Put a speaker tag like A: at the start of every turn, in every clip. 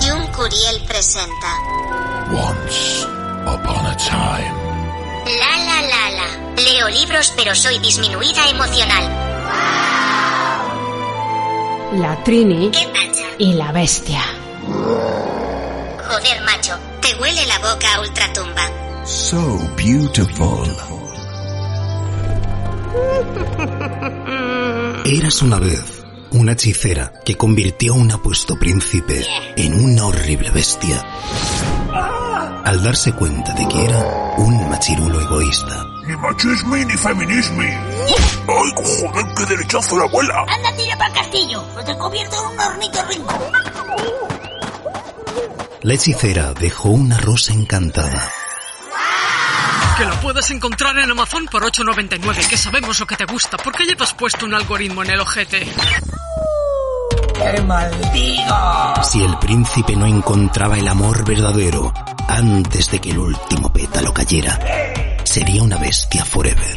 A: Jun Curiel presenta
B: Once upon a time.
A: La La La La. Leo libros pero soy disminuida emocional.
C: La Trini
A: ¿Qué pasa?
C: y la Bestia.
A: Joder, macho. Te huele la boca a ultratumba.
B: So beautiful.
D: Eras una vez una hechicera que convirtió a un apuesto príncipe en una horrible bestia. Al darse cuenta de que era un machirulo egoísta.
B: Ni machismo ni feminismo. ¡Ay, joder, qué derechazo la abuela!
E: Anda, tira para el castillo, o te convierto en un hornito rico.
D: La hechicera dejó una rosa encantada.
F: Que la puedes encontrar en Amazon por 8.99, que sabemos lo que te gusta. ¿Por qué llevas puesto un algoritmo en el ojete?
D: Si el príncipe no encontraba el amor verdadero antes de que el último pétalo cayera, sería una bestia forever.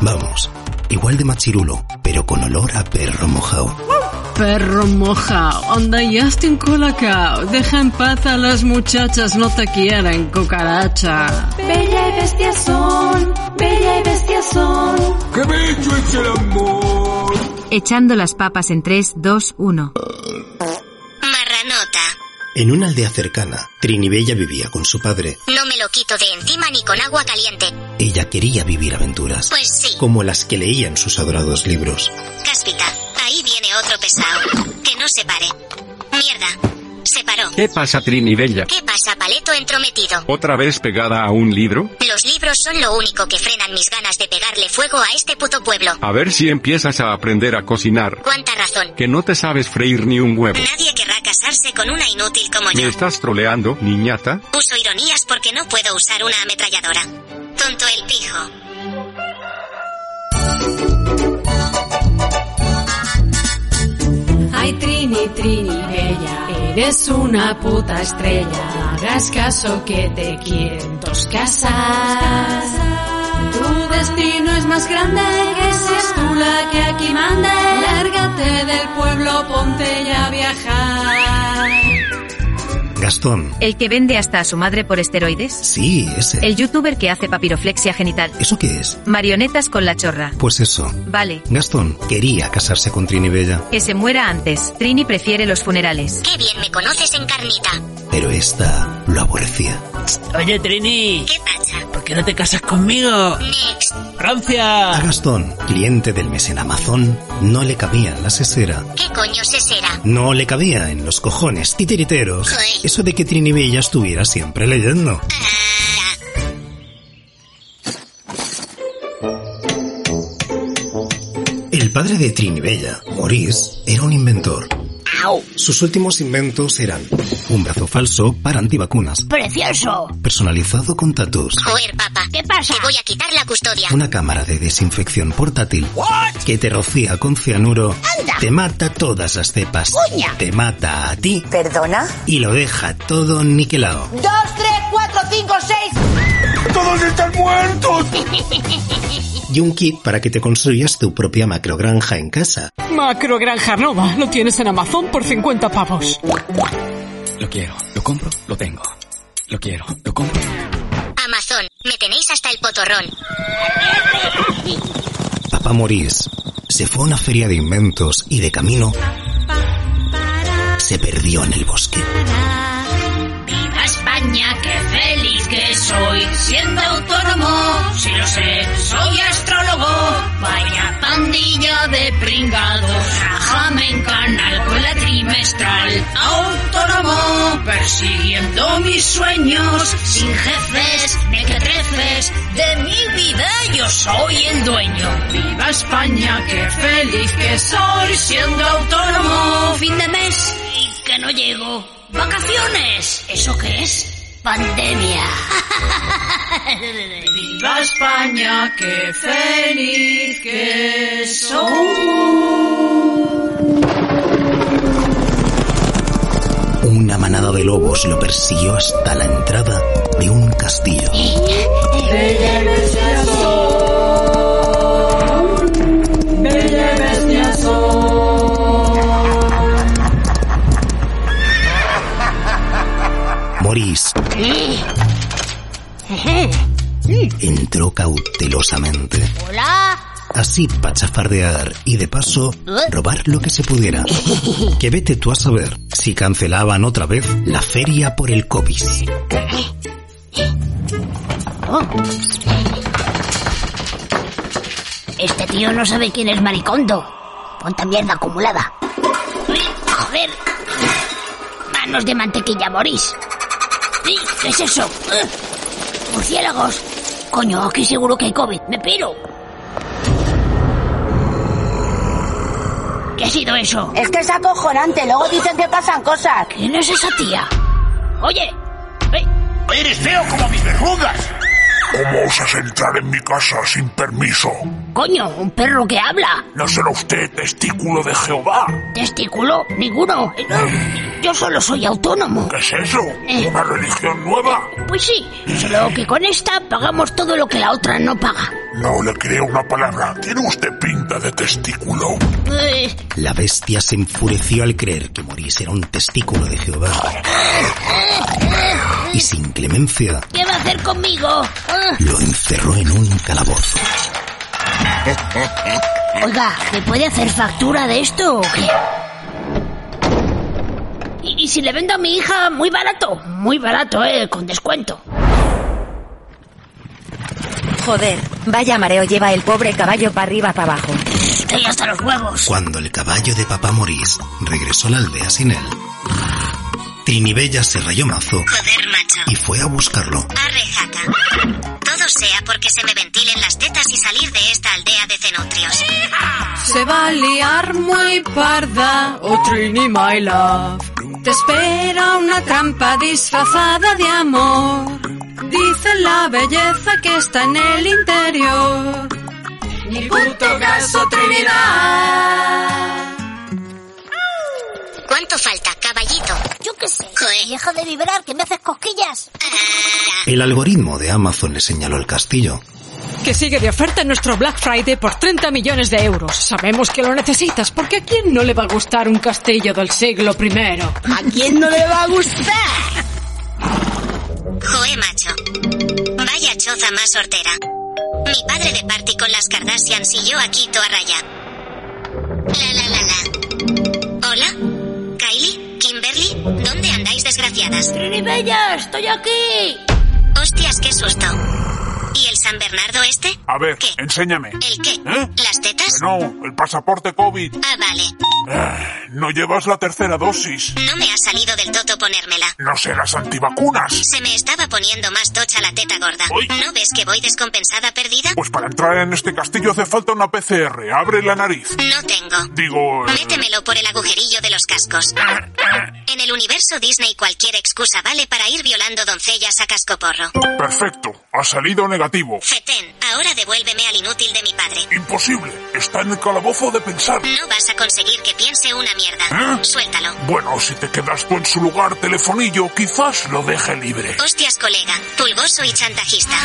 D: Vamos, igual de machirulo, pero con olor a perro mojado.
F: Perro moja, onda y hazte un colacao. Deja en paz a las muchachas, no te quieren, cucaracha.
G: Bella y bestia son, bella y bestia son.
B: ¡Qué bello es el amor!
H: Echando las papas en 3, 2, 1.
A: Marranota.
D: En una aldea cercana, Trinibella vivía con su padre.
A: No me lo quito de encima ni con agua caliente.
D: Ella quería vivir aventuras,
A: Pues sí,
D: como las que leía en sus adorados libros.
A: cáspita. Ahí viene otro pesado. Que no se pare. Mierda. Se paró.
I: ¿Qué pasa, Trini Bella?
A: ¿Qué pasa, paleto entrometido?
I: ¿Otra vez pegada a un libro?
A: Los libros son lo único que frenan mis ganas de pegarle fuego a este puto pueblo.
I: A ver si empiezas a aprender a cocinar,
A: ¿Cuánta razón?
I: que no te sabes freír ni un huevo.
A: Nadie querrá casarse con una inútil como
I: ¿Me
A: yo.
I: estás troleando, niñata?
A: Uso ironías porque no puedo usar una ametralladora. Tonto el pijo.
C: Ay, Trini, Trini, bella, eres una puta estrella. No hagas caso que te quieren dos casas. Tu destino es más grande que seas tú la que aquí manda. Lárgate del pueblo, ponte ya a viajar.
D: Gastón.
H: El que vende hasta a su madre por esteroides.
D: Sí, ese.
H: El youtuber que hace papiroflexia genital.
D: ¿Eso qué es?
H: Marionetas con la chorra.
D: Pues eso.
H: Vale.
D: Gastón quería casarse con Trinibella,
H: Que se muera antes. Trini prefiere los funerales.
A: Qué bien me conoces en carnita.
D: pero esta lo aborrecía.
J: Oye, Trini,
A: ¿Qué pasa?
J: ¿por qué no te casas conmigo?
A: Next.
D: A
J: ¡Francia!
D: Gastón, cliente del mes en Amazon, no le cabía en la sesera.
A: ¿Qué coño se será?
D: No le cabía en los cojones titiriteros. Eso de que Trinibella estuviera siempre leyendo. El padre de Trinibella, Maurice, era un inventor. Sus últimos inventos eran un brazo falso para antivacunas,
E: ¡Precioso!
D: personalizado con tatus,
A: Joder, papá.
E: ¿Qué pasa?
A: Te voy a quitar la custodia.
D: una cámara de desinfección portátil que te rocía con cianuro, te mata todas las cepas, te mata a ti
G: ¿Perdona?
D: y lo deja todo niquelado.
E: ¡Dos, tres, cuatro, cinco, seis!
B: ¡Todos están muertos!
D: Y un kit para que te construyas tu propia macrogranja en casa.
F: Macro Granja Nova, lo tienes en Amazon por 50 pavos.
J: Lo quiero, lo compro, lo tengo. Lo quiero, lo compro.
A: Amazon, me tenéis hasta el potorrón.
D: Papá Maurice se fue a una feria de inventos y de camino se perdió en el bosque.
E: ¡Viva España, qué feliz que soy! Siendo autónomo, si lo sé, soy astrólogo. Vaya pandilla de pringados, raja me canal con la trimestral. Autónomo, pero persiguiendo mis sueños, sin jefes, mequetrefes, de mi vida yo soy el dueño. Viva España, qué feliz que soy siendo autónomo. Fin de mes y que no llego. Vacaciones, ¿eso qué es? Pandemia. Viva España, qué feliz que soy.
D: Una manada de lobos lo persiguió hasta la entrada de un castillo.
G: Bella y bestia soy. Bella y bestia soy.
D: Maurice entró cautelosamente,
A: Hola.
D: así para chafardear y de paso robar lo que se pudiera. Que vete tú a saber si cancelaban otra vez la feria por el COVID.
K: Este tío no sabe quién es Maricondo. Ponta mierda acumulada. Uy, Joder. Manos de mantequilla, Morís. Uy, ¿Qué es eso? Ugh. Murciélagos. Coño, aquí seguro que hay COVID. Me piro. ¿Qué ha sido eso?
L: Es que es acojonante, luego dicen que pasan cosas.
K: ¿Quién es esa tía? Oye,
B: ¡Eres feo como mis verrugas! ¿Cómo osas entrar en mi casa sin permiso?
K: coño, un perro que habla.
B: ¿No será usted testículo de Jehová?
K: Testículo, ninguno. Eh, no, Yo solo soy autónomo.
B: ¿Qué es eso?
K: Eh.
B: ¿Una religión nueva?
K: Pues sí, solo que con esta pagamos todo lo que la otra no paga.
B: No le creo una palabra. Tiene usted pinta de testículo.
K: Eh,
D: La bestia se enfureció al creer que Maurice era un testículo de Jehová. Y sin clemencia
K: ¿Qué va a hacer conmigo? Ah.
D: lo encerró en un calabozo.
K: Oiga, ¿me puede hacer factura de esto o qué? Y, y si le vendo a mi hija muy barato, muy barato, eh, con descuento.
H: Joder, vaya mareo lleva el pobre caballo para arriba, para abajo.
K: Estoy hasta los huevos.
D: Cuando el caballo de papá Maurice regresó a la aldea sin él, Trinibella se rayó mazo
A: Joder, macho.
D: y fue a buscarlo.
A: Arre, jaca. Todo sea porque se me ventilen las tetas y salir de esta aldea de cenutrios.
C: Se va a liar muy parda, oh Trini my love. Te espera una trampa disfrazada de amor. Dice la belleza que está en el interior. Ni puto caso, Trinidad.
A: ¿Cuánto falta, caballito?
K: Yo qué sé. Deja de vibrar, que me haces cosquillas.
D: El algoritmo de Amazon le señaló el castillo.
M: Que sigue de oferta nuestro Black Friday por 30 millones de euros. Sabemos que lo necesitas, porque ¿a quién no le va a gustar un castillo del siglo I? ¿A quién no le va a gustar?
A: Joé, macho. Vaya choza más hortera. Mi padre de party con las Kardashians y yo aquí toda raya. La la la la. Hola, Kylie, Kimberly, ¿dónde andáis desgraciadas?
K: Trinibella, estoy aquí.
A: Hostias, qué susto. ¿Y el San Bernardo este?
B: A ver, enséñame.
A: ¿El qué?
B: Ah. ¿Eh?
A: ¿Las tetas?
B: No, el pasaporte COVID.
A: Ah, vale.
B: No llevas la tercera dosis.
A: No me ha salido del toto ponérmela.
B: No serás antivacunas.
A: Se me estaba poniendo más tocha la teta gorda. ¿No ves que voy descompensada perdida?
B: Pues para entrar en este castillo hace falta una PCR. Abre la nariz.
A: No tengo.
B: Digo... eh,
A: Métemelo por el agujerillo de los cascos. En el universo Disney cualquier excusa vale para ir violando doncellas a cascoporro.
B: Perfecto. Ha salido negativo.
A: Fetén, ahora devuélveme al inútil de mi padre.
B: Imposible. Está en el calabozo de pensar.
A: No vas a conseguir que piense una mierda.
B: ¿Eh?
A: Suéltalo.
B: Bueno, si te quedas tú en su lugar, telefonillo, quizás lo deje libre.
A: Hostias, colega, pulgoso y chantajista.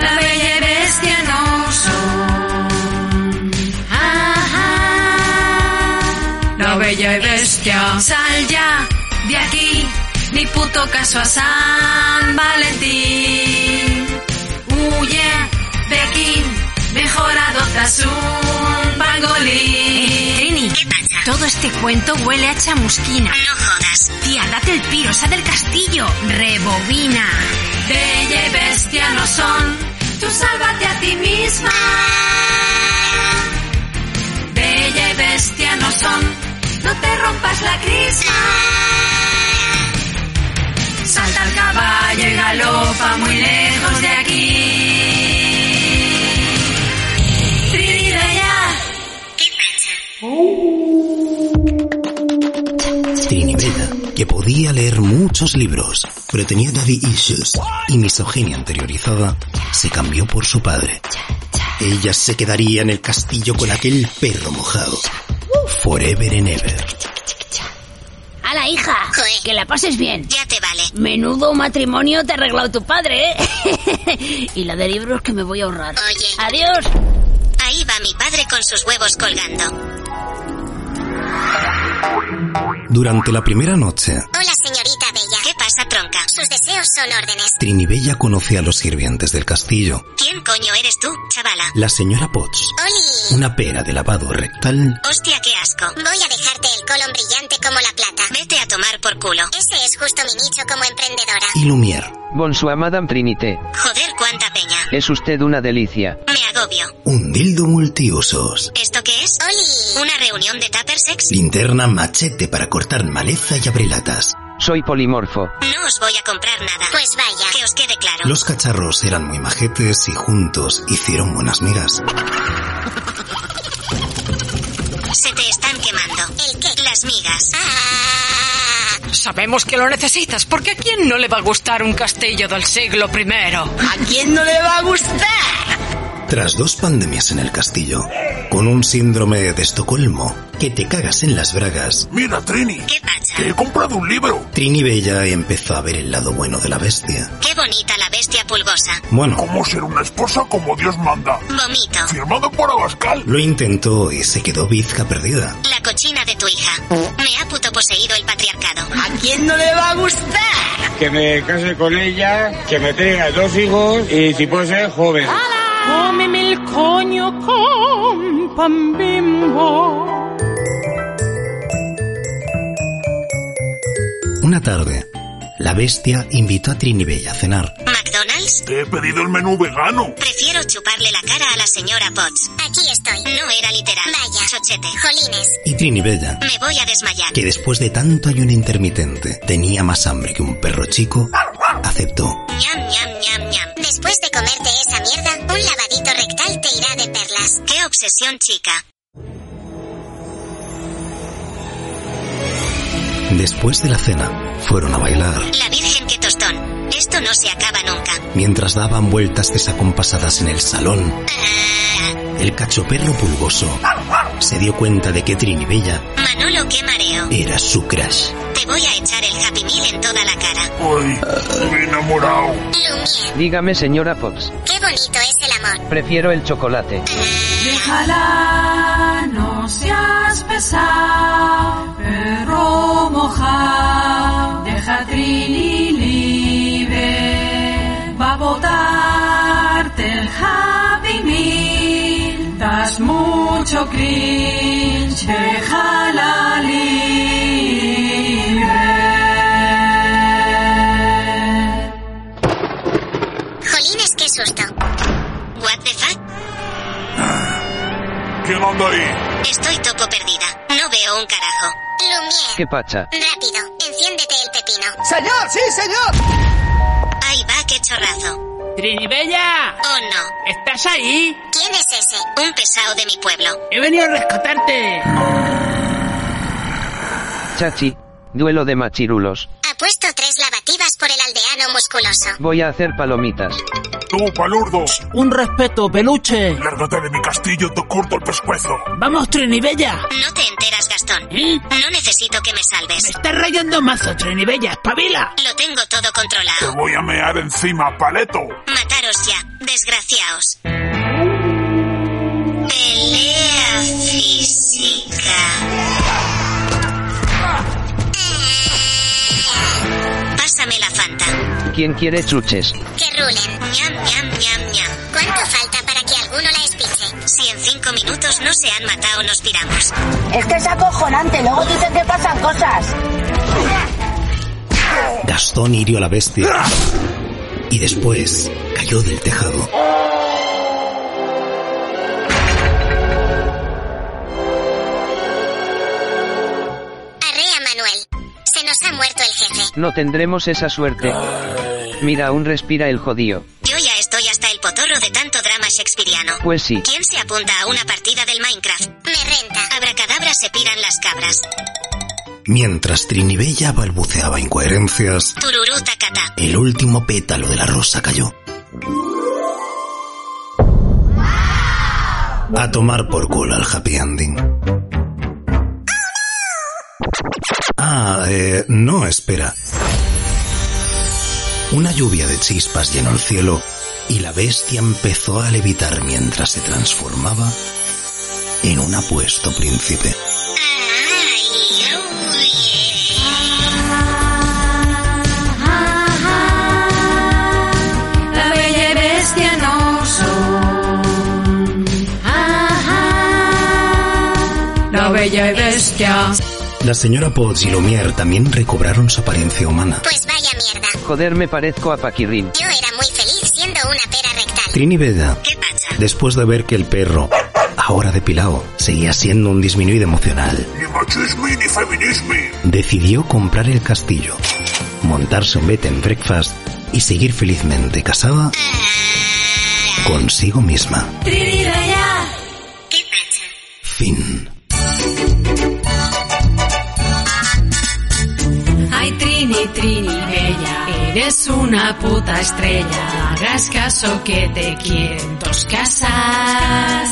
C: La bella y bestia no son. Ajá. La bella y bestia. Sal ya de aquí, ni puto caso a San Valentín. Huye de aquí, mejor adoptas un pangolín.
H: Trini, todo este cuento huele a chamusquina.
A: No jodas.
H: Tía, date el piro, sal del castillo. Rebobina.
C: Bella y bestia no son, tú sálvate a ti misma. Bella y bestia no corazón, no te rompas la crista. Salta al caballo y galopa muy lejos de aquí. Trinidad
D: Trinibela, que podía leer muchos libros, pero tenía daddy issues y misoginia interiorizada, se cambió por su padre. Ella se quedaría en el castillo con aquel perro mojado. Forever and ever.
K: ¡A la hija! Que la pases bien. Ya te vale. Menudo matrimonio te ha arreglado tu padre, ¿eh? y la de libros que me voy a ahorrar. Oye. Adiós.
A: Ahí va mi padre con sus huevos colgando.
D: Durante la primera noche,
A: Hola, señorita Bella. ¿Qué pasa, tronca? Sus deseos son órdenes.
D: Trinibella conoce a los sirvientes del castillo.
A: ¿Quién coño eres tú, chavala?
D: La señora Potts,
A: ¡Oli!
D: una pera de lavado rectal,
A: Hostia, qué asco. Voy a dejarte el colon brillante como la plata. Vete a tomar por culo. Ese es justo mi nicho como emprendedora.
D: y Lumière,
N: Bonsoir, Madame Trinité.
A: Joder, cuánta peña.
N: Es usted una delicia.
A: Me agobio.
D: un dildo multiusos,
A: ¿Esto qué es? ¡Oli! ¿Una reunión de tupper sex?
D: linterna machete para cortar maleza y abrilatas.
N: Soy polimorfo.
A: No os voy a comprar nada. Pues vaya. Que os quede claro.
D: Los cacharros eran muy majetes y juntos hicieron buenas migas.
A: Se te están quemando. ¿El qué? Las migas. Ah.
O: Sabemos que lo necesitas, porque ¿a quién no le va a gustar un castillo del siglo I? ¿A
P: quién no le va a gustar?
D: Tras dos pandemias en el castillo, con un síndrome de Estocolmo que te cagas en las bragas,
Q: Mira, Trini. ¿Qué pasa? Que he comprado un libro.
D: Trini Bella empezó a ver el lado bueno de la bestia.
A: Qué bonita la bestia pulgosa.
D: Bueno.
Q: ¿Cómo ser una esposa como Dios manda?
A: Vomito.
Q: Firmado por Abascal.
D: Lo intentó y se quedó bizca perdida.
A: La cochina de tu hija. Me ha puto poseído el patriarcado.
P: ¿A quién no le va a gustar?
I: Que me case con ella, que me tenga dos hijos y si puede ser joven.
R: Cómeme el coño con pan bimbo.
D: Una tarde, la bestia invitó a Trini Bella a cenar.
A: ¿McDonald's?
Q: Te he pedido el menú vegano.
A: Prefiero chuparle la cara a la señora Potts. Aquí estoy. No era literal. Vaya, chochete. Jolines.
D: Y Trini Bella,
A: Me voy a desmayar.
D: que después de tanto ayuno intermitente tenía más hambre que un perro chico, aceptó.
A: Ñam, ñam, ñam, ñam. Después de comerte esa mierda, un lavadito rectal te irá de perlas. ¡Qué obsesión, chica!
D: Después de la cena, fueron a bailar.
A: La virgen que tostón. Esto no se acaba nunca.
D: Mientras daban vueltas desacompasadas en el salón, el cachoperro pulgoso se dio cuenta de que Trini Bella
A: Manolo, qué mareo.
D: era su crush.
A: Te voy a echar el Happy Meal en toda la cara.
Q: Ay, me he enamorado.
N: Dígame, señora Potts.
A: Qué bonito es el amor.
N: Prefiero el chocolate.
C: Déjala, no seas pesado, perro mojado. Deja a Trini libre, va a botarte el Happy Meal. Das mucho cringe, déjala libre.
A: Jolines, qué susto. What the fuck?
Q: ¿Quién anda ahí?
A: Estoy topo perdida. No veo un carajo. Lumier.
N: ¿Qué pacha?
A: Rápido, enciéndete el pepino.
P: Señor, sí, señor.
A: Ahí va, qué chorrazo.
S: Trinibella,
A: Oh no.
S: ¿estás ahí?
A: ¿Quién es ese? Un pesado de mi pueblo.
S: He venido a rescatarte.
N: Chachi. Duelo de machirulos.
A: Apuesto tres lavativas por el aldeano musculoso.
N: Voy a hacer palomitas.
Q: Tú, palurdo.
S: Un respeto, peluche.
Q: Lárgate de mi castillo, te corto el pescuezo.
S: Vamos, Trinibella.
A: No te enteras, Gastón.
S: ¿Eh?
A: No necesito que me
S: Me
A: salves.
S: estás rayando mazo, Trinibella. Espabila.
A: Lo tengo todo
Q: Te
A: controlado.
Q: voy a mear encima, paleto.
A: Mataros ya, desgraciaos. Pelea física. Eh, Pásame la Fanta.
N: ¿Quién quiere chuches?
A: Que rulen. Ñam, ñam, ñam, ñam. ¿Cuánto falta para que alguno la espiche? Si en cinco minutos no se han matado, nos piramos.
T: Es que es acojonante, luego dicen que pasan cosas.
D: Gastón hirió a la bestia y después cayó del tejado.
U: No tendremos esa suerte. Mira, aún respira el jodío.
A: Yo ya estoy hasta el potorro de tanto drama shakespeariano.
U: Pues sí.
A: ¿Quién se apunta a una partida del Minecraft? Me renta. Abracadabra se piran las cabras.
D: Mientras Trinibella balbuceaba incoherencias,
A: Tururú tacata.
D: el último pétalo de la rosa cayó. A tomar por culo al happy ending. Ah, eh, no, espera. Una lluvia de chispas llenó el cielo y la bestia empezó a levitar mientras se transformaba en un apuesto príncipe.
C: La bella y bestia no son. Ajá. La bella y bestia.
D: La señora Potts y Lumière también recobraron su apariencia humana.
A: Pues vaya mierda.
U: Joder, me parezco a Paquirrin.
A: Yo era muy feliz siendo una pera rectal.
D: Trinibella,
A: ¿Qué pasa?
D: después de ver que el perro, ahora depilado, seguía siendo un disminuido emocional,
B: Ni machismo ni feminismo.
D: decidió comprar el castillo, montarse un bed and breakfast y seguir felizmente casada consigo misma. Fin.
C: Ay, Trini, Trini, bella, eres una puta estrella. No hagas caso que te quieren dos casas.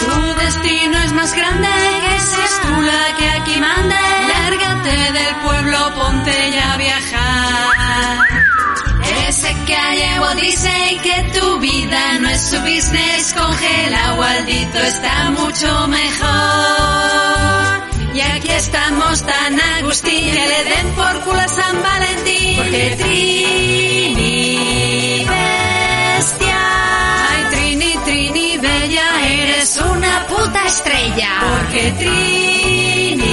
C: Tu destino es más grande, esa es tú la que aquí manda. Lárgate del pueblo, ponte ya a viajar. Ese calle Walt Disney que tu vida no es su business, congela Waldito está mucho mejor. Y aquí estamos tan agustín que le den por culo a San Valentín. Porque Trini bestia, ay Trini Trini bella, eres una puta estrella. Porque Trini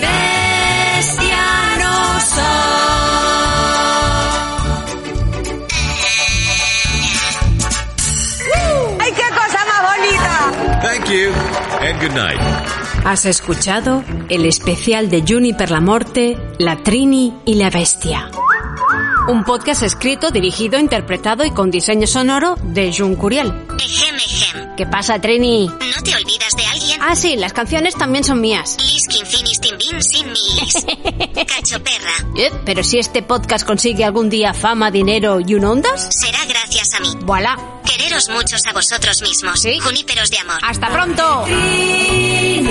C: bestia no soy.
L: ¡Ay, qué cosa más bonita!
V: Thank you and good night.
C: Has escuchado el especial de Juniper la Morte, La Trini y la Bestia. Un podcast escrito, dirigido, interpretado y con diseño sonoro de Jun Curiel.
A: Ejem, ejem.
C: ¿Qué pasa, Trini?
A: ¿No te olvidas de alguien?
C: Ah, sí, las canciones también son mías.
A: Liskin, Finistin, Bin, Sin, Milis. Cacho perra.
C: Eh, Pero si este podcast consigue algún día fama, dinero y un ondas,
A: Será gracias a mí.
C: voilà.
A: Quereros muchos a vosotros mismos.
C: Sí.
A: Juníperos de amor.
C: ¡Hasta pronto! Trini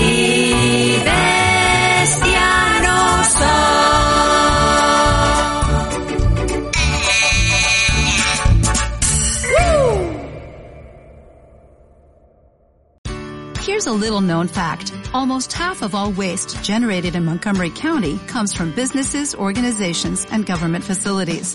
C: bestia no soy.
Q: Here's a little known fact. Almost half of all waste generated in Montgomery County comes from businesses, organizations, and government facilities.